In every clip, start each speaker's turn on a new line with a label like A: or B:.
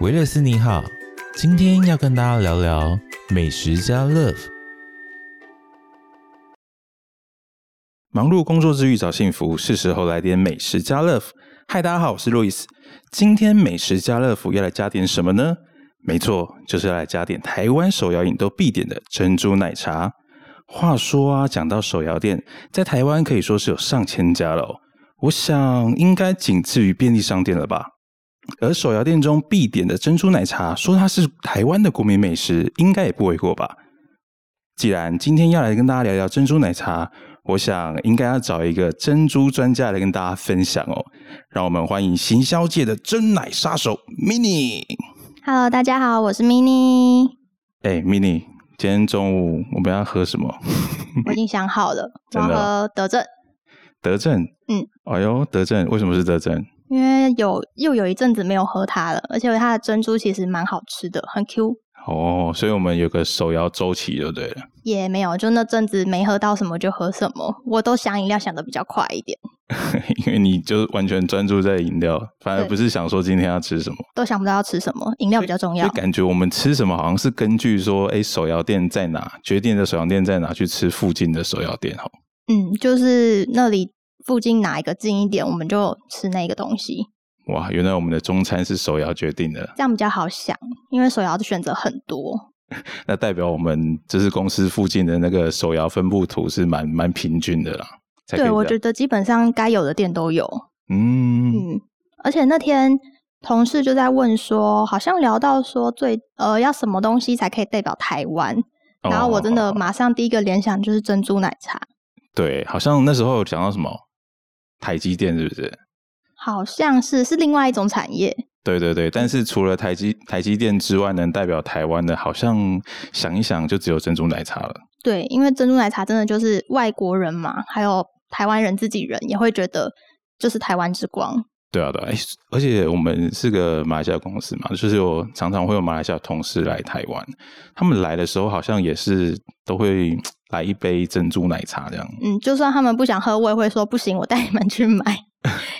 A: 维勒斯你好，今天要跟大家聊聊美食家 Love。忙碌工作之余找幸福，是时候来点美食家 Love。嗨，大家好，我是路易斯。今天美食家 Love 要来加点什么呢？没错，就是要来加点台湾手摇饮都必点的珍珠奶茶。话说啊，讲到手摇店，在台湾可以说是有上千家了、哦，我想应该仅次于便利商店了吧。而手摇店中必点的珍珠奶茶，说它是台湾的国民美食，应该也不为过吧。既然今天要来跟大家聊聊珍珠奶茶，我想应该要找一个珍珠专家来跟大家分享哦。让我们欢迎行销界的真奶杀手 Mini。
B: Hello，大家好，我 是 Mini，
A: 哎，Mini，今天中午我们要喝什么？
B: 我已经想好了，我
A: 真
B: 要
A: 的哦
B: 喝德政，
A: 德政。
B: 嗯。
A: 哎呦，德政，为什么是德政？
B: 因为有又有一阵子没有喝它了，而且它的珍珠其实蛮好吃的，很 Q，
A: 哦，所以我们有个手摇周期，就对了。
B: 也没有就那阵子没喝到什么就喝什么，我都想饮料想的比较快一点，
A: 因为你就是完全专注在饮料，反而
B: 对
A: 不是想说今天要吃什么。
B: 都想不到要吃什么，饮料比较重
A: 就
B: 要。
A: 感觉我们吃什么好像是根据说，哎，手摇店在哪，决定的手摇店在哪，去吃附近的手摇店哦。
B: 嗯，就是那里附近哪一个近一点，我们就吃那个东西，
A: 哇，原来我们的中餐是手摇决定的，
B: 这样比较好想，因为手摇的选择很多。
A: 那代表我们就是公司附近的那个手摇分布图是蛮蛮平均的啦。才可以
B: 对，我
A: 这样
B: 觉得基本上该有的店都有。
A: 嗯，
B: 嗯，而且那天同事就在问说，好像聊到说最呃要什么东西才可以代表台湾，
A: 哦
B: 嗯然后我真的马上第一个联想就是珍珠奶茶，
A: 对，好像那时候有讲到什么台积电是不是？
B: 好像是是另外一种产业，
A: 对对对，但是除了台积台积电之外，能代表台湾的，好像想一想就只有珍珠奶茶了。
B: 对，因为珍珠奶茶真的就是外国人嘛，还有台湾人自己人也会觉得就是台湾之光，
A: 对啊，对啊，哎，而且我们是个马来西亚公司嘛，就是有常常会有马来西亚同事来台湾，他们来的时候好像也是都会来一杯珍珠奶茶这样。
B: 嗯，就算他们不想喝，我也会说不行，我带你们 去买，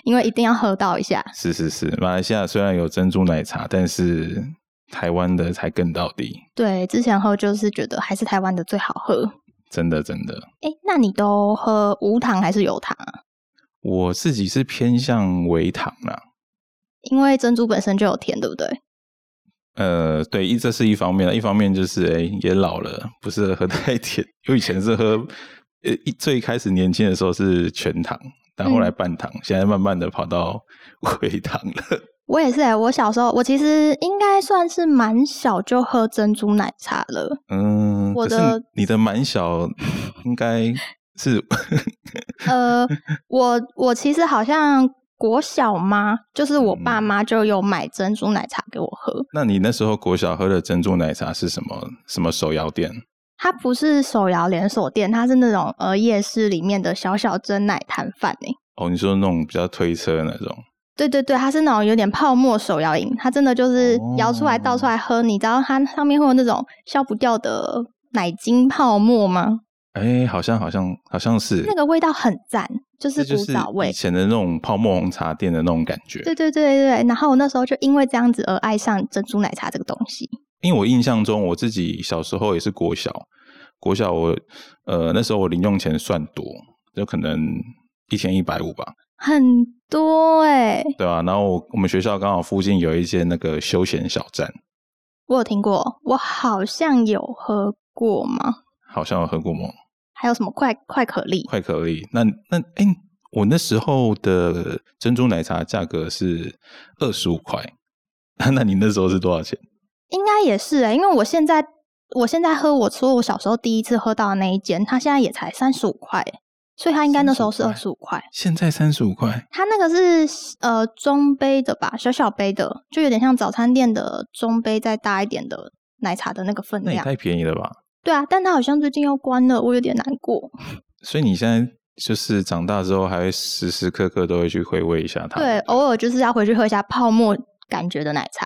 B: 因为一定要喝到一下。
A: 是是是，马来西亚虽然有珍珠奶茶，但是台湾的才更到底，
B: 对，之前喝就是觉得还是台湾的最好喝。
A: 真的真的。
B: 哎，那你都喝无糖还是有糖啊？
A: 我自己是偏向微糖啦，
B: 因为珍珠本身就有甜，对不对？
A: 呃，对，一这是一方面啦一方面就是哎、也老了，不适合喝太甜。我以前是喝，呃，一最开始年轻的时候是全糖，但后来
B: 嗯
A: 半糖，现在慢慢的跑到 微糖了。
B: 我也是、欸，我小时候我其实应该算是蛮小就喝珍珠奶茶了。
A: 嗯，
B: 我
A: 可是
B: 的
A: 你的蛮小，应该是
B: 呃，我我其实好像国小妈，就是我爸妈就有买珍珠奶茶给我喝。
A: 那你那时候国小喝的珍珠奶茶是什么什么手摇店？
B: 它不是手摇连锁店，它是那种呃夜市里面的小小蒸奶摊贩诶、
A: 哦，你说那种比较推车的那种，
B: 对对对，它是那种有点泡沫手摇饮，它真的就是摇出来
A: 哦
B: 倒出来喝，你知道它上面会有那种消不掉的奶精泡沫吗？
A: 哎，好像好像好像是
B: 那个味道很赞，就是
A: 这就
B: 古
A: 是
B: 早
A: 以
B: 味。
A: 前的那种泡沫红茶店的那种感觉。
B: 对对对对，然后我那时候就因为这样子而爱上珍珠奶茶这个东西。
A: 因为我印象中，我自己小时候也是国小，国小我呃那时候我零用钱算多，就可能一千一百五吧，
B: 很多哎、
A: 对吧、然后我我们学校刚好附近有一些那个休闲小站，
B: 我有听过，我好像有喝过吗？
A: 好像有喝过吗？
B: 还有什么快快可丽？
A: 快可丽，那那哎、我那时候的珍珠奶茶价格是二十五块，那你那时候是多少钱？
B: 应该也是哎、因为我现在我现在喝，我说我小时候第一次喝到的那一间，它现在也才三十五块欸，所以它应该那时候是二十
A: 35
B: 五块。
A: 现在三十五块，
B: 它那个是呃中杯的吧，小小杯的，就有点像早餐店的中杯再大一点的奶茶的那个分
A: 那也
B: 量。
A: 太便宜了吧？
B: 对啊，但它好像最近要关了，我有点难过。
A: 所以你现在就是长大之后，还会时时刻刻都会去回味一下它。
B: 对，偶尔就是要回去喝一下泡沫感觉的奶茶，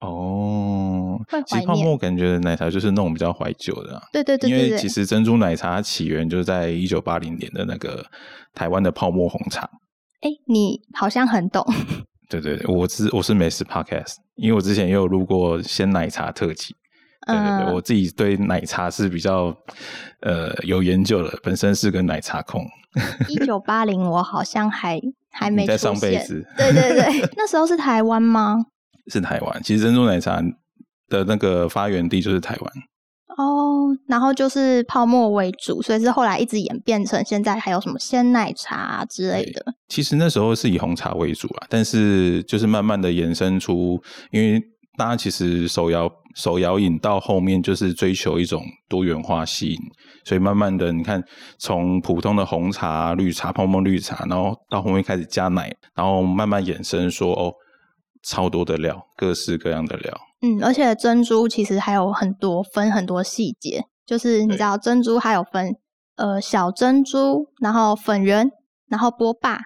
A: 哦，
B: 会
A: 其
B: 怀
A: 实泡沫
B: 念。
A: 感觉的奶茶就是那种比较怀旧的、啊，
B: 对对对对
A: 因为其
B: 对，
A: 实珍珠奶茶它起源就是在一九八零年的那个台湾的泡沫红茶。
B: 哎，你好像很懂。
A: 对对对，我是我是美食 podcast，因为我之前也有录过鲜奶茶特辑。对对对，
B: 嗯
A: 我自己对奶茶是比较呃有研究的，本身是个奶茶控。
B: 一九八零我好 像还还没
A: 你在
B: 出
A: 上辈
B: 现
A: 子
B: 对对 对，那时候是台湾吗？
A: 是台湾，其实珍珠奶茶的那个发源地就是台湾。
B: 哦，然后就是泡沫为主，所以是后来一直演变成现在还有什么鲜奶茶、啊之类的。
A: 其实那时候是以红茶为主啦，但是就是慢慢的延伸出，因为大家其实手摇手摇饮到后面就是追求一种多元化吸引，所以慢慢的你看，从普通的红茶、绿茶、泡沫绿茶，然后到后面开始加奶，然后慢慢衍生说哦，超多的料，各式各样的料。
B: 嗯，而且珍珠其实还有很多分很多细节，就是你
A: 对
B: 知道珍珠还有分呃小珍珠，然后粉圆，然后波霸。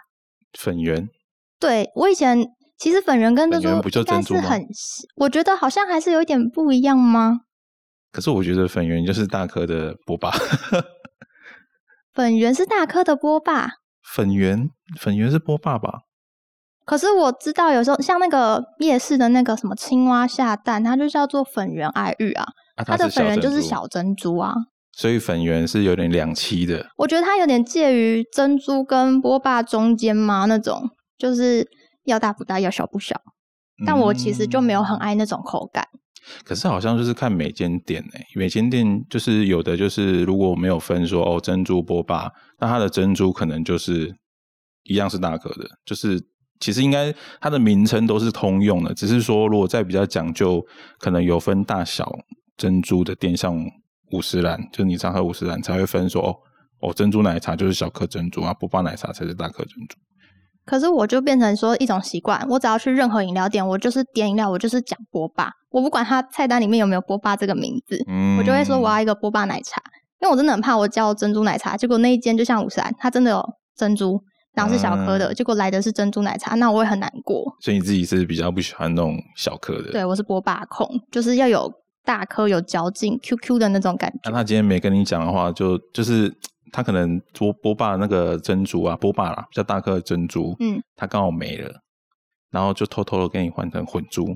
A: 粉圆
B: 对我以前其实粉圆跟珍
A: 粉
B: 珠
A: 圆不就
B: 应该
A: 珍珠
B: 是
A: 吗
B: 很细，我觉得好像还是有一点不一样吗？
A: 可是我觉得粉圆就是大颗的波霸，
B: 粉圆是大颗的波霸，
A: 粉圆粉圆是波霸吧？
B: 可是我知道有时候像那个夜市的那个什么青蛙下蛋，它就叫做粉圆爱玉啊，
A: 啊，
B: 它的
A: 是小
B: 粉圆就
A: 珍
B: 是
A: 珠
B: 小珍珠啊。
A: 所以粉圆是有点两栖的，
B: 我觉得它有点介于珍珠跟波霸中间嘛，那种就是要大不大，要小不小。但我其实就没有很爱那种口感。
A: 嗯。可是好像就是看每间店诶、每间店就是有的就是如果没有分说哦珍珠波霸，那它的珍珠可能就是一样是大颗的，就是其实应该它的名称都是通用的，只是说如果再比较讲究，可能有分大小珍珠的店，像五十兰，就是你常喝五十兰才会分说哦。哦，珍珠奶茶就是小颗珍珠啊，波霸奶茶才是大颗珍珠。
B: 可是我就变成说一种习惯，我只要去任何饮料店，我就是点饮料，我就是讲波霸，我不管它菜单里面有没有波霸这个名字，
A: 嗯
B: 我就会说我要一个波霸奶茶，因为我真的很怕我叫珍珠奶茶，结果那一间就像五十兰，它真的有珍珠，然后是小颗的，
A: 嗯
B: 结果来的是珍珠奶茶，那我会很难过。
A: 所以你自己是比较不喜欢那种小颗的。
B: 对，我是波霸控，就是要有大颗、有嚼劲、Q Q 的那种感
A: 那
B: 觉。
A: 他今天没跟你讲的话，就就是他可能波波霸那个珍珠啊，波霸啦，比较大颗的珍珠，
B: 嗯，
A: 他刚好没了，然后就偷偷的给你换成混珠，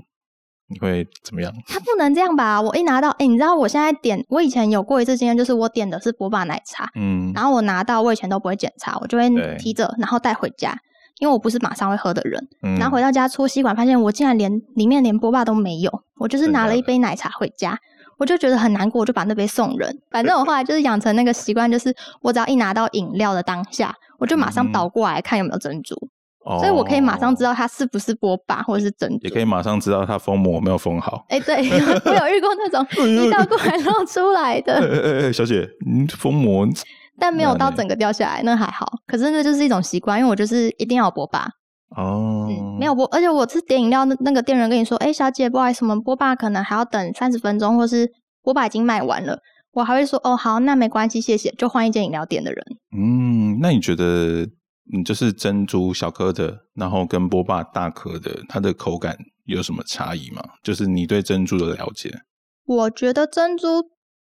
A: 你会怎么样？
B: 它不能这样吧？我一拿到，哎、你知道我现在点，我以前有过一次经验，就是我点的是波霸奶茶，
A: 嗯，
B: 然后我拿到，我以前都不会检查，我就会
A: 对
B: 提着，然后带回家，因为我不是马上会喝的人。
A: 嗯
B: 然后回到家搓吸管，发现我竟然连里面连波霸都没有，我就是
A: 真
B: 拿
A: 假
B: 了一
A: 的
B: 杯奶茶回家，我就觉得很难过，我就把那杯送人。反正我后来就是养成那个习惯，就是我只要一拿到饮料的当下，我就马上
A: 嗯
B: 倒过来看有没有珍珠，
A: 哦
B: 所以我可以马上知
A: 道，
B: 道它是不是波霸或者是珍珠。
A: 也可以马上知道他封膜有没有封好。
B: 哎、对， 我有遇过那种一倒过来漏出来
A: 哎
B: 的，
A: 哎哎哎，小姐，你封膜
B: 嗯但没有
A: 那
B: 到
A: 呢
B: 整个掉下来，那还好。可是那就是一种习惯，因为我就是一定要有波霸，
A: 哦、
B: 嗯，没有波，而且我是点饮料，那那个店员跟你说，哎、小姐，不好意思，我们波霸可能还要等三十分钟，或是波霸已经卖完了，我还会说，哦，好，那没关系，谢谢，就换一间饮料店的人。
A: 嗯，那你觉得，嗯，就是珍珠小颗的，然后跟波霸大颗的，它的口感有什么差异吗？就是你对珍珠的了解，
B: 我觉得珍珠，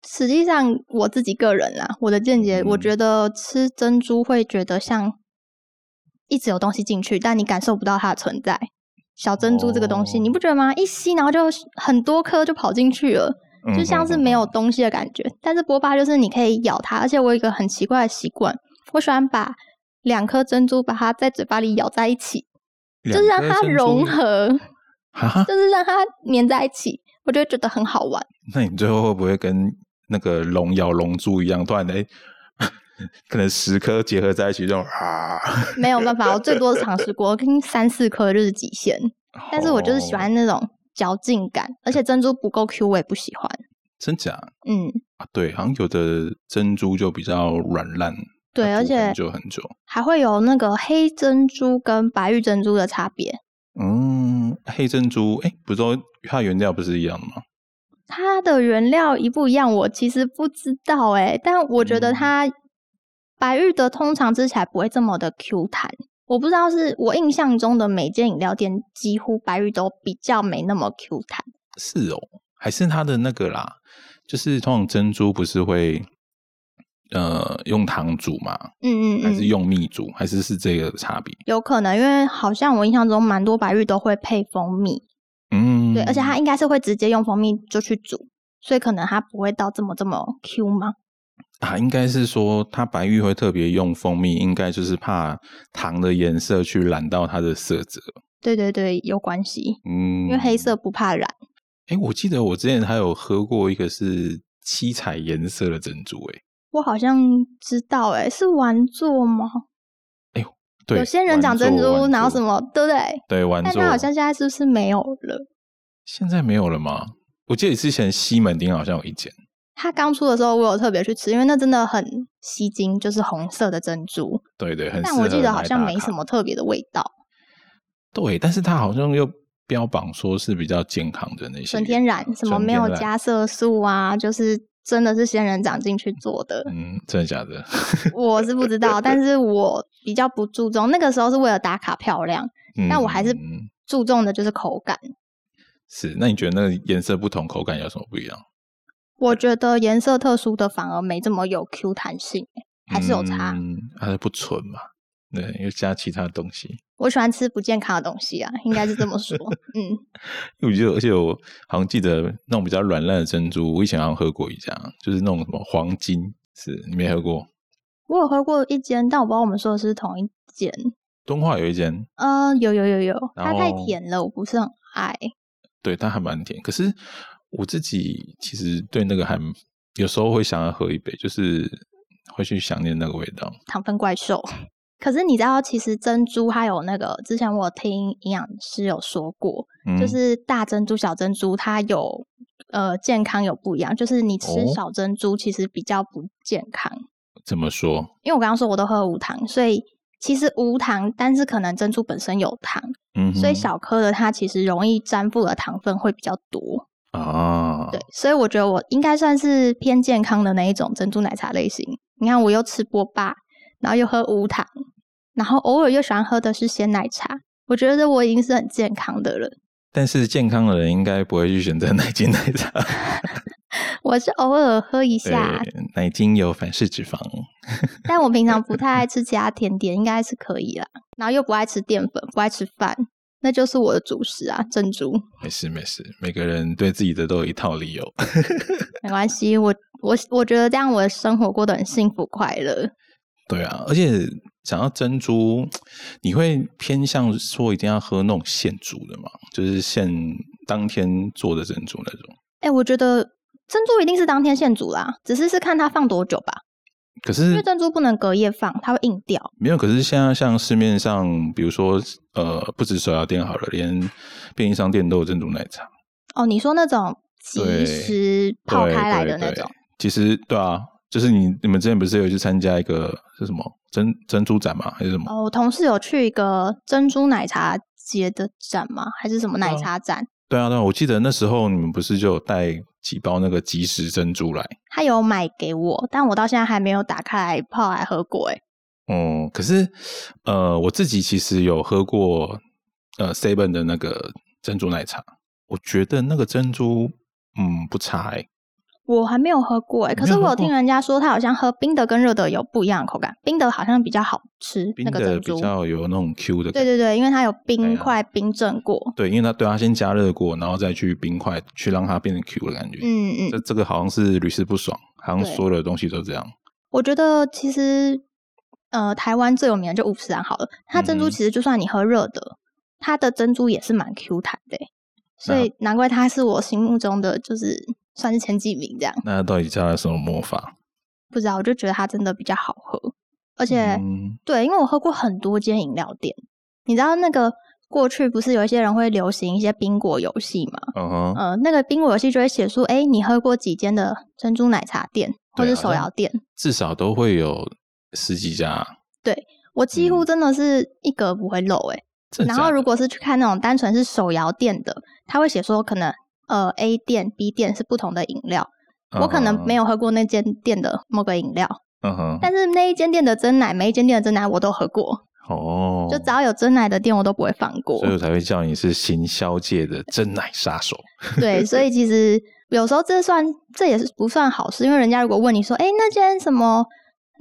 B: 实际上我自己个人啦，我的见解，我
A: 嗯
B: 觉得吃珍珠会觉得像一直有东西进去，但你感受不到它的存在。小珍珠这个东西，你不觉得吗？一吸，然后就很多颗就跑进去了。就像是没有
A: 嗯
B: 东西的感觉。但是波霸就是你可以咬它，而且我有一个很奇怪的习惯，我喜欢把两颗珍珠把它在嘴巴里咬在一起，就是让它融。合，
A: 哈哈，
B: 就是让它粘在一起，我就会觉得很好玩。
A: 那你最后会不会跟那个龙咬龙珠一样，突然哎，可能十颗结合在一起这种啊？
B: 没有办法，我最多尝试过跟三四颗就是极限，但是我就是喜
A: 哦，
B: 欢那种嚼劲感，而且珍珠不够 Q 我也不喜欢。
A: 真假
B: 嗯，
A: 啊？对，好像有的珍珠就比较软烂，
B: 对，
A: 它
B: 而
A: 煮很
B: 且
A: 久很久。
B: 还会有那个黑珍珠跟白玉珍珠的差别。
A: 嗯，黑珍珠，哎、不是说它原料不是一样的吗？
B: 它的原料一不一样，我其实不知道哎、但我觉得
A: 嗯
B: 它、白玉的通常吃起来不会这么的 Q 弹。我不知道是我印象中的每间饮料店几乎白玉都比较没那么 Q 弹。
A: 是哦，还是它的那个啦，就是通常珍珠不是会呃用糖煮嘛，
B: 嗯嗯
A: 还是
B: 嗯，
A: 用蜜煮，还是是这个差别？
B: 有可能，因为好像我印象中蛮多白玉都会配蜂蜜，
A: 嗯，嗯，
B: 对，而且它应该是会直接用蜂蜜就去煮，所以可能它不会到这么这么 Q 嘛。
A: 啊，应该是说它白玉会特别用蜂蜜，应该就是怕糖的颜色去染到它的色泽。
B: 对对对，有关系，
A: 嗯，
B: 因为黑色不怕染。
A: 哎、我记得我之前还有喝过一个是七彩颜色的珍珠、诶
B: 我好像知道、欸，哎，是玩做吗？
A: 对，
B: 有些人讲珍珠，然后什
A: 么？
B: 么，对不对？
A: 对，玩
B: 但
A: 座
B: 它好像现在是不是没有了？
A: 现在没有了吗？我记得之前西门町好像有一间，
B: 它刚出的时候，我有特别去吃，因为那真的很吸睛，就是红色的珍珠。
A: 对对，很适
B: 但
A: 合
B: 我记得好
A: 来
B: 像
A: 打
B: 没
A: 卡
B: 什。么特别的味道，
A: 对，但是它好像又标榜说是比较健康的那些
B: 纯天然，什么
A: 纯
B: 没
A: 天
B: 有
A: 然
B: 加色素啊，就是真的是仙人掌进去做的。
A: 嗯，真的假的？
B: 我是不知道，但是我比较不注重，那个时候是为了打卡漂亮，
A: 嗯、
B: 但我还是
A: 嗯
B: 注重的就是口感。
A: 是。那你觉得那个颜色不同，口感有什么不一样？
B: 我觉得颜色特殊的反而没这么有 Q 弹性，欸还是有差。
A: 嗯，它是不纯嘛？对，又加其他东西。
B: 我喜欢吃不健康的东西啊，应该是这么说。嗯，
A: 因为我记得，而且我好像记得那种比较软烂的珍珠，我以前好像喝过一家，就是那种什么黄金，是你没喝过？
B: 我有喝过一间，但我不知道我们说的是同一间。
A: 东化有一间，
B: 呃，有有有有，
A: 然
B: 它太
A: 后
B: 甜了，我不是很爱。
A: 对，它还蛮甜。可是我自己其实对那个还有时候会想要喝一杯，就是会去想念那个味道。
B: 糖分怪兽。 可是你知道，其实珍珠它有那个，之前我有听营养师有说过，
A: 嗯，
B: 就是大珍珠、小珍珠，它有呃健康有不一样。就是你吃
A: 哦
B: 小珍珠其实比较不健康，
A: 怎么说？
B: 因为我刚刚说我都喝无糖，所以其实无糖，但是可能珍珠本身有糖，
A: 嗯哼，
B: 所以小颗的它其实容易粘附的糖分会比较多。
A: 啊，
B: 对，所以我觉得我应该算是偏健康的那一种珍珠奶茶类型。你看，我又吃波霸，然后又喝无糖，然后偶尔又喜欢喝的是鲜奶茶。我觉得我已经是很健康的人，
A: 但是健康的人应该不会去选择奶精奶茶，
B: 我是偶尔喝一
A: 对
B: 下，，
A: 奶精有反式脂肪。
B: 但我平常不太爱吃其他甜点，应该是可以啦。然后又不爱吃淀粉，不爱吃饭，那就是我的主食啊，珍珠。
A: 没事没事，每个人对自己的都有一套理由。
B: 没关系，我我我觉得这样我的生活过得很幸福快乐。
A: 对啊，而且讲到珍珠，你会偏向说一定要喝那种现煮的嘛？就是现当天做的珍珠那种。
B: 哎、我觉得珍珠一定是当天现煮啦，只是是看它放多久吧，
A: 可
B: 因为
A: 是
B: 珍珠不能隔夜放，它会硬掉。
A: 没有，可是现在像市面上，比如说呃，不止手摇店好了，连便利商店都有珍珠奶茶。
B: 哦，你说那种
A: 对
B: 即时泡
A: 对
B: 开来
A: 对
B: 的那
A: 对
B: 种，
A: 其实对啊，就是你你们之前不是有去参加一个是什么珍珍珠展吗？还是什么？
B: 哦，我同事有去一个珍珠奶茶节的展吗？还是什么奶
A: 嗯
B: 茶展？
A: 对啊，对啊，我记得那时候你们不是就有带几包那个即食珍珠来？
B: 他有买给我，但我到现在还没有打开来泡来喝过。哎，
A: 嗯，可是呃，我自己其实有喝过呃 Seven 的那个珍珠奶茶，我觉得那个珍珠嗯不差哎、
B: 我还没有喝过哎，
A: 你
B: 可
A: 没有
B: 是我
A: 喝
B: 有听
A: 过
B: 人家说，它好像喝冰的跟热的有不一样的口感，冰的好像比较好吃
A: 冰
B: 那个
A: 的
B: 珍
A: 比
B: 珠。
A: 较有那种 Q 的感
B: 对
A: 觉。
B: 对对，因为它有
A: 哎
B: 冰
A: 呀
B: 块冰镇过。
A: 对，因为它对它先加热过，然后再去冰块去让它变成 Q 的感觉。
B: 嗯
A: 这
B: 嗯，
A: 这个好像是屡试不爽，好像
B: 对
A: 所有的东西都这样。
B: 我觉得其实呃，台湾最有名的就五十岚好了，它珍
A: 嗯
B: 珠
A: 哼
B: 其实就算你喝热的，它的珍珠也是蛮 Q 弹的欸，所
A: 那
B: 以难怪它是我心目中的就是算是前几名这样。
A: 那到底加了什么魔法？
B: 不知道，我就觉得它真的比较好喝，而且。
A: 嗯，
B: 对，因为我喝过很多间饮料店，你知道那个过去不是有一些人会流行一些冰果游戏嘛？
A: 嗯哼，
B: 呃，那个冰果游戏就会写出，哎，你喝过几间的珍珠奶茶店或
A: 对啊
B: 是
A: 好
B: 手
A: 像
B: 摇店？
A: 至少都会有十几家。
B: 我几乎
A: 嗯
B: 真的是一格不会漏哎、
A: 真的
B: 然
A: 假
B: 后
A: 的
B: 如果是去看那种单纯是手摇店的，他会写说可能呃 A 店、B 店是不同的饮料，我可能没，有喝过那间店的某个饮料，
A: 嗯哼，嗯
B: 但是那一间店的真奶，每一间店的真奶我都喝过，
A: 哼哦，
B: 就只要有真奶的店我都不会放过。
A: 所以我才会叫你是行销界的真奶杀手。
B: 对，所以其实有时候这算这也是不算好事，因为人家如果问你说，哎，那间什么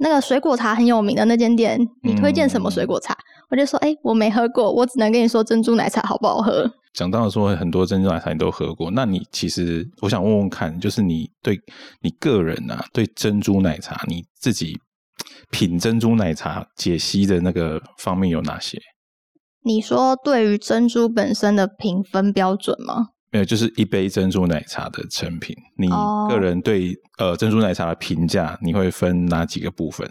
B: 那个水果茶很有名的那间店，你推荐什么
A: 嗯
B: 水果茶？我就说，哎、我没喝过，我只能跟你说珍珠奶茶好不好喝。
A: 讲到说很多珍珠奶茶你都喝过，那你其实我想问问看，就是你对你个人啊，对珍珠奶茶你自己品珍珠奶茶解析的那个方面有哪些？
B: 你说对于珍珠本身的评分标准吗？
A: 没有，就是一杯珍珠奶茶的成品，你
B: 哦
A: 个人对、呃珍珠奶茶的评价，你会分哪几个部分？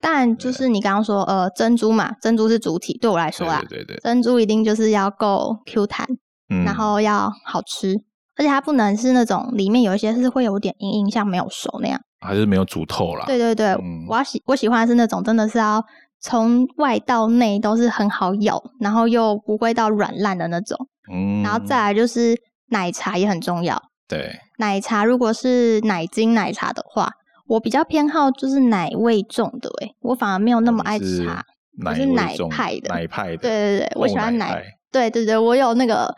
B: 但就是你刚刚说，呃，珍珠嘛，珍珠是主体，对我来说啊啦，
A: 对对对，
B: 珍珠一定就是要够 Q 弹，
A: 嗯
B: 然后要好吃，而且它不能是那种里面有一些是会有点硬硬，像没有熟那样。
A: 还是没有煮透啦。
B: 对对对，
A: 嗯
B: 我要喜我喜欢的是那种真的是要从外到内都是很好咬，然后又不会到软烂的那种。
A: 嗯
B: 然后再来就是奶茶也很重要，
A: 对，
B: 奶茶如果是奶精奶茶的话，我比较偏好就是奶味重的、欸，我反而没有那么爱
A: 哦你是
B: 茶。
A: 奶
B: 是
A: 味
B: 奶
A: 重
B: 派的
A: 奶派的，
B: 对对对，我
A: 厚
B: 喜欢
A: 奶
B: 奶
A: 派
B: 对对对，我有那个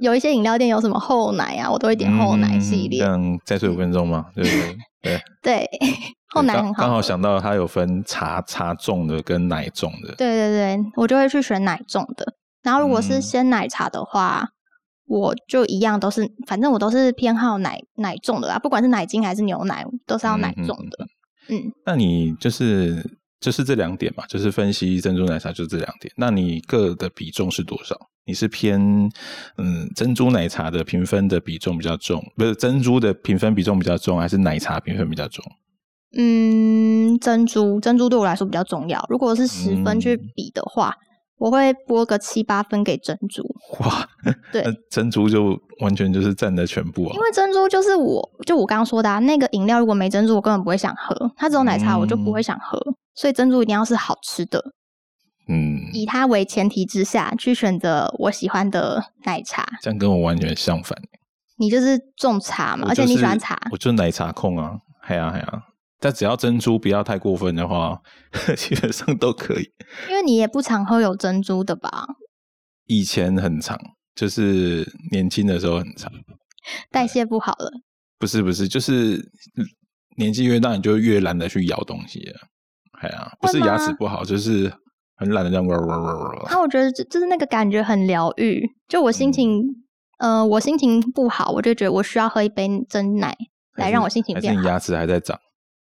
B: 有一些饮料店有什么厚奶啊，我都会点厚奶系
A: 嗯、
B: 列。
A: 这样再睡五分钟嘛，对不 对？对，
B: 对， 厚奶
A: 刚
B: 很
A: 刚
B: 好。
A: 好想到它有分茶茶重的跟奶重的，
B: 对对对，我就会去选奶重的。然后如果是
A: 嗯
B: 鲜奶茶的话，我就一样都是，反正我都是偏好奶奶重的啦，不管是奶精还是牛奶，都是要奶
A: 嗯嗯
B: 重
A: 嗯
B: 的。嗯，
A: 那你就是就是这两点嘛，就是分析珍珠奶茶就是这两点。那你个的比重是多少？你是偏嗯珍珠奶茶的评分的比重比较重，不是珍珠的评分比重比较重，还是奶茶评分比较重？
B: 嗯，珍珠珍珠对我来说比较重要。如果是十分去
A: 嗯
B: 比的话，我会拨个七八分给珍珠，
A: 哇，
B: 对
A: 那珍珠就完全就是占了全部啊
B: 因！为珍珠就是我就我刚刚说的、啊、那个饮料，如果没珍珠，我根本不会想喝。它只有奶茶，我就不会想喝。所以珍珠一定要是好吃的，
A: 嗯，
B: 以它为前提之下去选择我喜欢的奶茶。
A: 这样跟我完全相反。
B: 你就是重茶嘛，
A: 我
B: 而且
A: 就
B: 你喜
A: 是
B: 欢茶，
A: 我就是奶茶控啊，嘿啊嘿啊。但只要珍珠不要太过分的话， 基本上都可以。
B: 因为你也不常喝有珍珠的吧？
A: 以前很长，就是年轻的时候很长。
B: 代谢不好了。
A: 不是不是，就是嗯年纪越大，你就越懒得去咬东西了。哎呀、不是
B: 会吗
A: 牙齿不好，就是很懒得这样哇哇哇哇哇。
B: 那我觉得就就是那个感觉很疗愈。就我
A: 嗯
B: 心情，呃，我心情不好，我就觉得我需要喝一杯真奶 来让我心情
A: 还是
B: 变
A: 你
B: 好。
A: 牙齿还在长，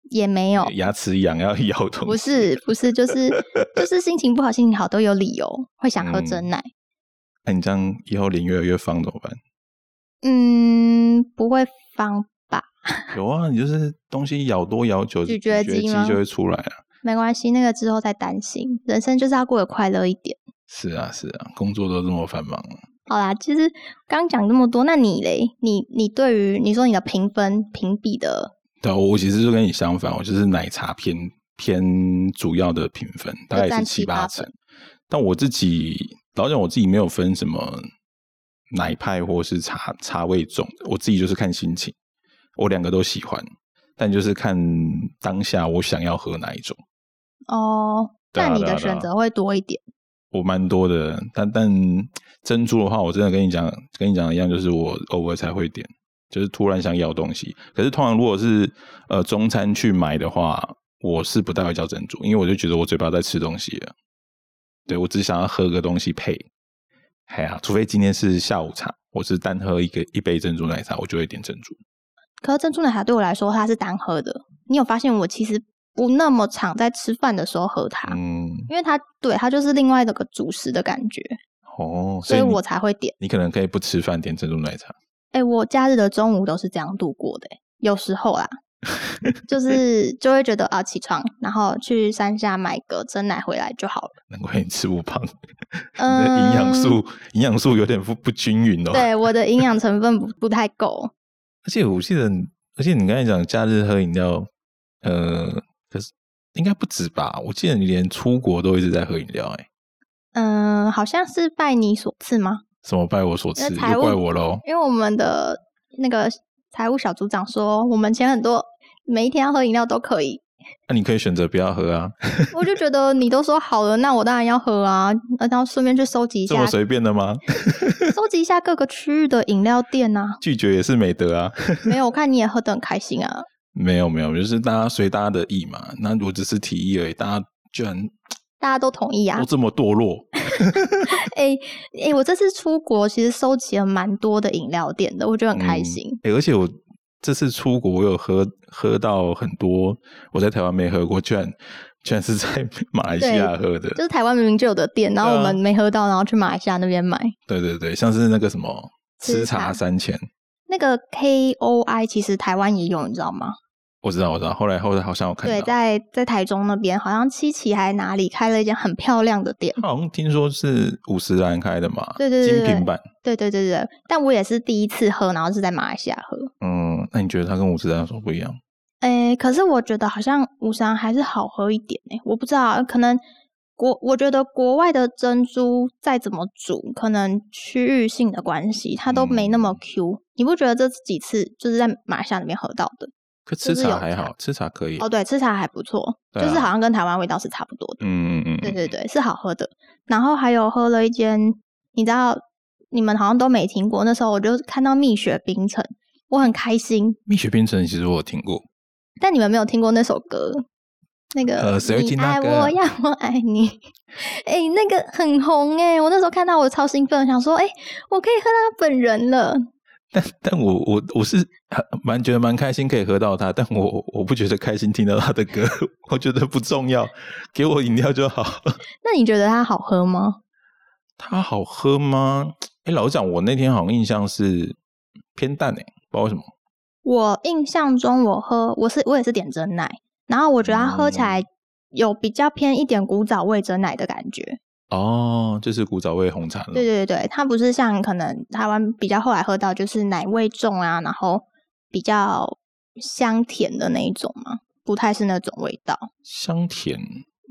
B: 也没有，
A: 牙齿痒要 咬东西。
B: 不是不是，就是就是心情不好、心情好都有理由会想喝
A: 嗯
B: 真奶。
A: 那、你这样以后脸越来越方怎么办？
B: 嗯不会放，
A: 有啊，你就是东西咬多咬久，
B: 咀嚼
A: 肌
B: 肌吗
A: 就会出来啊。
B: 没关系，那个之后再担心。人生就是要过得快乐一点。
A: 是啊是啊，工作都这么繁忙了，
B: 好啦，其实刚讲这么多，那你嘞？你你对于你说你的评分评比的，
A: 对啊，我其实就跟你相反，我就是奶茶偏偏主要的评分，大概是
B: 占
A: 七
B: 七
A: 八
B: 八
A: 成
B: 分。
A: 但我自己老实讲，我自己没有分什么奶派或是茶茶味重，我自己就是看心情，我两个都喜欢，但就是看当下我想要喝哪一种。
B: 哦，
A: 对啊
B: 那你
A: 对啊
B: 的
A: 对啊
B: 选择会多一点。
A: 我蛮多的，但但珍珠的话，我真的跟你讲，跟你讲的一样，就是我偶尔才会点，就是突然想要东西。可是通常如果是呃中餐去买的话，我是不太会叫珍珠，因为我就觉得我嘴巴在吃东西了，对我只想要喝个东西配。哎呀，除非今天是下午茶，我是单喝一个一杯珍珠奶茶，我就会点珍珠。
B: 可是珍珠奶茶对我来说，它是单喝的。你有发现我其实不那么常在吃饭的时候喝它，
A: 嗯，
B: 因为它对它就是另外一个主食的感觉，
A: 哦，
B: 所以
A: 你
B: 我才会点。
A: 你可能可以不吃饭点珍珠奶茶。
B: 哎、我假日的中午都是这样度过的欸、有时候 啦，就是就会觉得啊，起床然后去山下买个真奶回来 就好了。
A: 难怪你吃不胖，你的
B: 嗯，
A: 营养素营养素有点不不均匀哦。
B: 对我的营养成分不不太够。
A: 而且我记得你，而且你刚才讲假日喝饮料，呃，可是应该不止吧？我记得你连出国都一直在喝饮料、欸，哎，
B: 嗯，好像是拜你所赐吗？
A: 什么拜我所赐，
B: 那
A: 又
B: 财务
A: 怪我喽。
B: 因为我们的那个财务小组长说，我们钱很多，每一天要喝饮料都可以。
A: 那、啊你可以选择不要喝啊，
B: 我就觉得你都说好了，那我当然要喝啊，呃然后顺便去收集一
A: 这么
B: 下，
A: 随便的吗？ 。
B: 收集一下各个区域的饮料店啊
A: 拒绝也是美德啊。
B: 没有，我看你也喝得很开心啊。
A: 没有没有，就是大家随大家的意嘛。那我只是提议而已，大家居然
B: 大家都同意啊
A: 都。这么堕落，
B: 哎哎、我这次出国其实收集了蛮多的饮料店的，我觉得很开
A: 嗯
B: 心。
A: 诶而且我这次出国，我有喝喝到很多我在台湾没喝过，居然居然是在 马来西亚喝的。
B: 就是台湾明明就有的店，然后
A: 对啊
B: 我们没喝到，然后去马来西亚那边买。
A: 对对对，像是那个什么
B: 吃
A: 吃茶
B: 茶
A: 三千，
B: 那个 KOI 其实台湾也有，你知道吗？
A: 我知道我知道。后来后来好像我看
B: 对，
A: 到，
B: 在在台中那边，好像七期还哪里开了一间很漂亮的店。
A: 他好像听说是五十兰开的嘛，
B: 对对对
A: 精
B: 对
A: 品版。
B: 对对对对，但我也是第一次喝，然后是在马来西亚喝。
A: 嗯，那你觉得它跟五十兰有什么不一样？
B: 诶，可是我觉得好像无伤还是好喝一点诶、我不知道，可能国我觉得国外的珍珠再怎么煮，可能区域性的关系，它都没那么
A: 嗯
B: Q。你不觉得这几次就是在马来西亚那边喝到的？
A: 可吃
B: 就是
A: 茶
B: 有
A: 还
B: 茶
A: 好，吃茶可以。
B: 哦，对，吃起来还不错，
A: 对
B: 就是
A: 啊
B: 好像跟台湾味道是差不多的。
A: 嗯嗯嗯，
B: 对
A: 嗯
B: 对对，是好喝的。然后还有喝了一间，你知道你们好像都没听过，那时候我就看到蜜雪冰城，我很开心，
A: 蜜雪冰城其实我有听过，
B: 但你们没有听过那首歌，那个、
A: 呃谁会
B: 你
A: 听那
B: 爱
A: 歌
B: 我
A: 啊
B: 呀，我爱你。 哎、那个很红哎、我那时候看到我超兴奋，我想说哎、我可以喝到他本人了。
A: 但但我我我是很蛮觉得蛮开心可以喝到它，但我我不觉得开心听到它的歌， 我觉得不重要，给我饮料就好。
B: 那你觉得它好喝吗？
A: 它好喝吗？哎、老实讲，我那天好像印象是偏淡诶、欸不知道为什么。
B: 我印象中，我喝我是我也是点真奶，然后我觉得它喝起
A: 嗯
B: 来有比较偏一点古早味真奶的感觉。
A: 哦，就是古早味红茶了。
B: 对对对，它不是像可能台湾比较后来喝到就是奶味重啊，然后比较香甜的那一种嘛，不太是那种味道。
A: 香甜，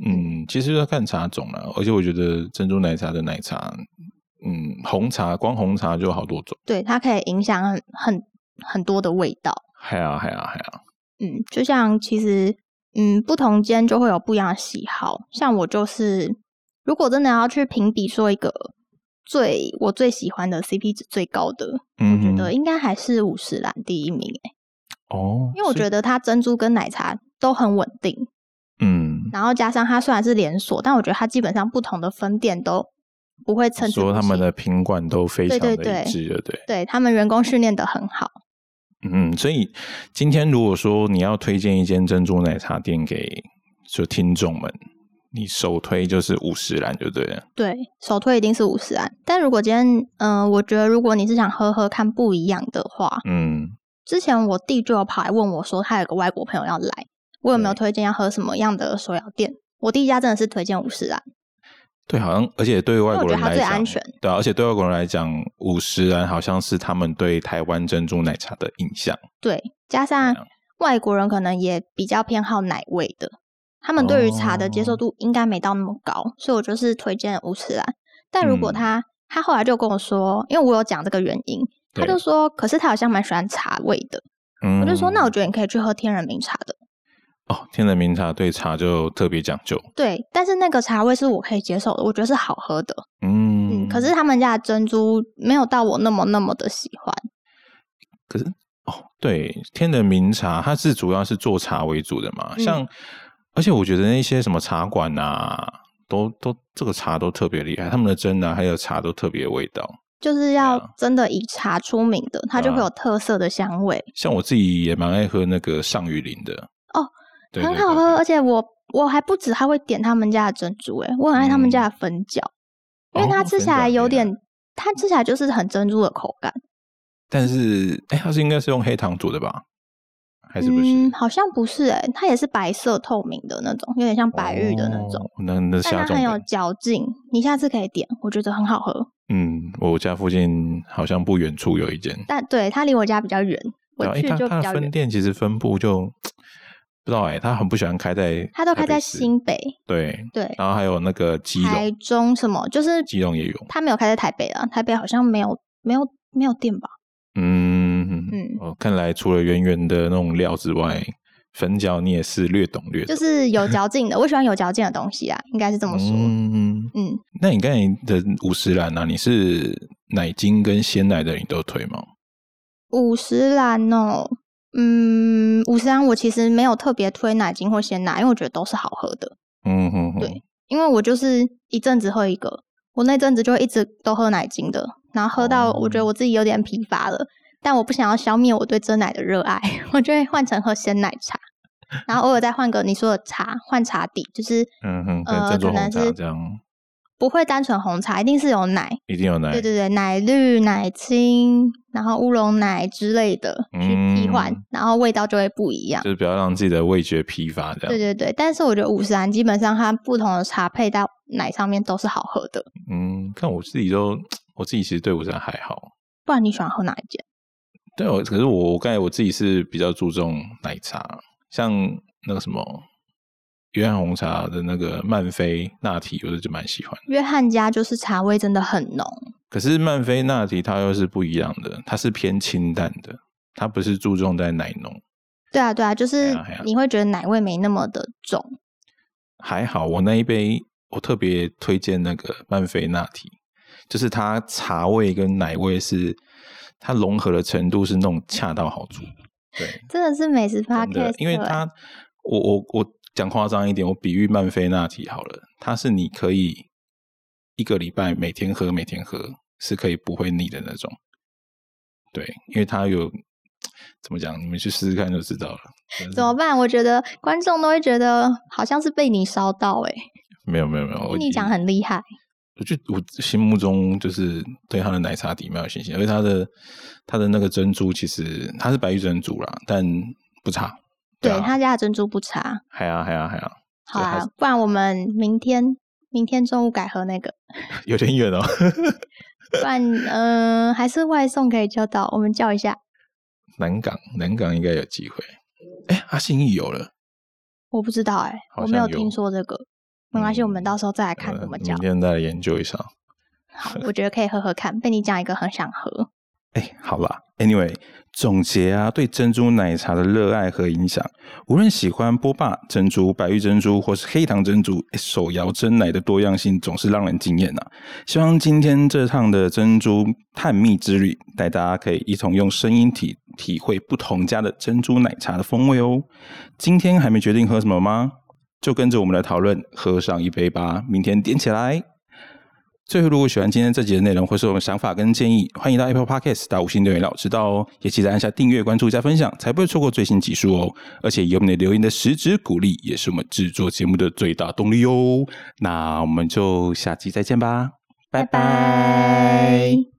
A: 嗯，其实要看茶种啦，而且我觉得珍珠奶茶的奶茶，嗯，红茶光红茶就有好多种。
B: 对，它可以影响很很很多的味道。
A: 嗨啊嗨啊嗨啊！
B: 嗯，就像其实嗯，不同间就会有不一样的喜好。像我就是，如果真的要去评比说一个最我最喜欢的 CP 值最高的，
A: 嗯
B: 我觉
A: 哼
B: 得应该还是五十岚第一名欸、
A: 哦，
B: 因为我
A: 所以
B: 觉得它珍珠跟奶茶都很稳定。
A: 嗯，
B: 然后加上它虽然是连锁，但我觉得它基本上不同的分店都不会参差
A: 说
B: 不
A: 他们
B: 齐
A: 的品管都非常
B: 对
A: 的
B: 对
A: 一
B: 对
A: 致了，对
B: 对他们员工训练的很好。
A: 嗯，所以今天如果说你要推荐一间珍珠奶茶店给就听众们，你首推就是五十兰就对了，
B: 对，首推一定是五十安。但如果今天，嗯、我觉得如果你是想喝喝看不一样的话，
A: 嗯，
B: 之前我弟就有跑来问我说，他有个外国朋友要来，我有没有
A: 对
B: 推荐要喝什么样的手摇店？我第一家真的是推荐五十安，
A: 对，好像而且对外国
B: 因为我觉
A: 人
B: 得它
A: 来
B: 最
A: 讲，
B: 安全
A: 对啊、而且对外国人来讲，五十兰好像是他们对台湾珍珠奶茶的印象，
B: 对，加上
A: 样
B: 外国人可能也比较偏好奶味的，他们对于茶的
A: 哦
B: 接受度应该没到那么高，所以我就是推荐五十兰。但如果
A: 嗯
B: 他、他后来就跟我说，因为我有讲这个原因，他
A: 对
B: 就说，可是他好像蛮喜欢茶味的。
A: 嗯，
B: 我就说，那我觉得你可以去喝天人茗茶的，
A: 哦，天人茗茶对茶就特别讲究，
B: 对，但是那个茶味是我可以接受的，我觉得是好喝的。
A: 嗯，
B: 嗯，可是他们家的珍珠没有到我那么那么的喜欢。
A: 可是哦，对，天人茗茶它是主要是做茶为主的嘛，
B: 嗯
A: 像而且我觉得那些什么茶馆啊，都都这个茶都特别厉害，他们的蒸啊还有茶都特别有味道。
B: 就是
A: 啊
B: 要真的以茶出名的，它就会
A: 啊
B: 有特色的香味。
A: 像我自己也蛮爱喝那个上雨林的
B: 哦，
A: 对
B: 很好。
A: 对对
B: 喝，
A: 对
B: 而且我我还不止还会点他们家的珍珠、欸，我很爱他们家的粉饺，因为
A: 嗯哦
B: 它吃
A: 粉
B: 起来
A: 饺
B: 有
A: 也
B: 点，它吃起来就是很珍珠的口感，
A: 但是哎，它是应该是用黑糖煮的吧？还哎是不是？
B: 嗯，好像不是、欸，它也是白色透明的那种，有点像白玉的那种，
A: 哦，那那是
B: 但
A: 下
B: 它
A: 重
B: 很有
A: 本。
B: 嚼劲，你下次可以点，我觉得很好喝。
A: 嗯，我家附近好像不远处有一间，
B: 但对它离我家比较远，我
A: 对啊，因
B: 去
A: 为它
B: 就
A: 它
B: 比
A: 的
B: 较
A: 分
B: 远，
A: 店其实分布就不知道哎、它很不喜欢开在
B: 它都
A: 台
B: 开
A: 北
B: 在
A: 市
B: 新北，
A: 对，
B: 对，
A: 然后还有那个基
B: 台
A: 隆，
B: 中什么，就是
A: 基隆也有，
B: 它没有开在台北啊，台北好像没有没有没有店吧。
A: 嗯嗯
B: 嗯，
A: 哦，看来除了圆圆的那种料之外，粉饺你也是略懂略懂，
B: 就是有嚼劲的，我喜欢有嚼劲的东西啊，应该是这么说。嗯
A: 嗯，那你刚才的五十岚啊，你是奶精跟鲜奶的你都推吗？
B: 五十岚哦，嗯，五十三我其实没有特别推奶精或鲜奶，因为我觉得都是好喝的。
A: 嗯哼哼，
B: 对因为我就是一阵子喝一个，我那阵子就一直都喝奶精的，然后喝到我觉
A: 哦
B: 得我自己有点疲乏了，但我不想要消灭我对真奶的热爱， 我就会换成喝鲜奶茶，然后偶尔再换个你说的茶，换茶底，就是
A: 嗯哼，跟
B: 呃
A: 珍珠
B: 可
A: 红
B: 能
A: 茶
B: 是
A: 这样，
B: 不会单纯红茶，一定是有奶，
A: 一定有奶，
B: 对对对，奶绿、奶青，然后乌龙奶之类的去替换，
A: 嗯
B: 然后味道就会不一样
A: 就。是不要让自己的味觉疲乏这样。
B: 对对对，但是我觉得五十兰基本上它不同的茶配到奶上面都是好喝的，
A: 嗯，但我自己都，我自己其实对五山还好。
B: 不然你喜欢喝哪一间？
A: 对，我可是我我刚才我自己是比较注重奶茶，像那个什么约翰红茶的那个曼菲拿提，我是就蛮喜欢的。
B: 约翰家就是茶味真的很浓，
A: 可是曼菲拿提它又是不一样的，它是偏清淡的，它不是注重在奶浓。
B: 对啊对啊，就是
A: 哎呀哎呀
B: 你会觉得奶味没那么的重。
A: 还好我那一杯，我特别推荐那个曼菲拿提，就是它茶味跟奶味是它融合的程度是那种恰到好处。对，
B: 真的是美食
A: 真的
B: podcast，，
A: 因为
B: 欸
A: 它，我我我讲夸张一点，我比喻曼菲那提好了，它是你可以一个礼拜每天喝，每天喝是可以不会腻的那种。对，因为它有怎么讲，你们去试试看就知道了。真的是
B: 怎么办？我觉得观众都会觉得好像是被你烧到哎、
A: 没有没有没有，哦我
B: 你讲啊很厉害，
A: 我就我心目中就是对它的奶茶底蛮有信心，而且它的它的那个珍珠其实它是白玉珍珠啦，但不差。
B: 对
A: 啊
B: 他家的珍珠不差。
A: 还啊还啊还啊，
B: 好
A: 对还
B: 啦
A: 是，
B: 不然我们明天明天中午改喝那个，
A: 有点远哦。
B: 不然嗯、呃还是外送可以叫到，我们叫一下。
A: 南港，南港应该有机会。哎，阿信义有了，
B: 我不知道哎、
A: 好
B: 我没
A: 像
B: 有
A: 有
B: 听说这个，没关系，
A: 嗯
B: 我们到时候再来看怎么
A: 呃
B: 叫
A: 明。天再来研究一下。
B: 好，我觉得可以喝喝看，被你讲一个很想喝。
A: 哎，好啦，Anyway，总结啊，对珍珠奶茶的热爱和影响，无论喜欢波霸珍珠、白玉珍珠或是黑糖珍珠，诶手摇真奶的多样性总是让人惊艳啊！希望今天这趟的珍珠探秘之旅，带大家可以一同用声音体体会不同家的珍珠奶茶的风味哦。今天还没决定喝什么吗？就跟着我们来讨论，喝上一杯吧，明天点起来。最后，如果喜欢今天这集的内容，或是我们想法跟建议，欢迎到 Apple Podcast 打五星留言让我知道哦。也记得按下订阅、关注、加分享，才不会错过最新集数哦。而且有你的留言的实质鼓励，也是我们制作节目的最大动力哦。那我们就下期再见吧，拜拜。
B: 拜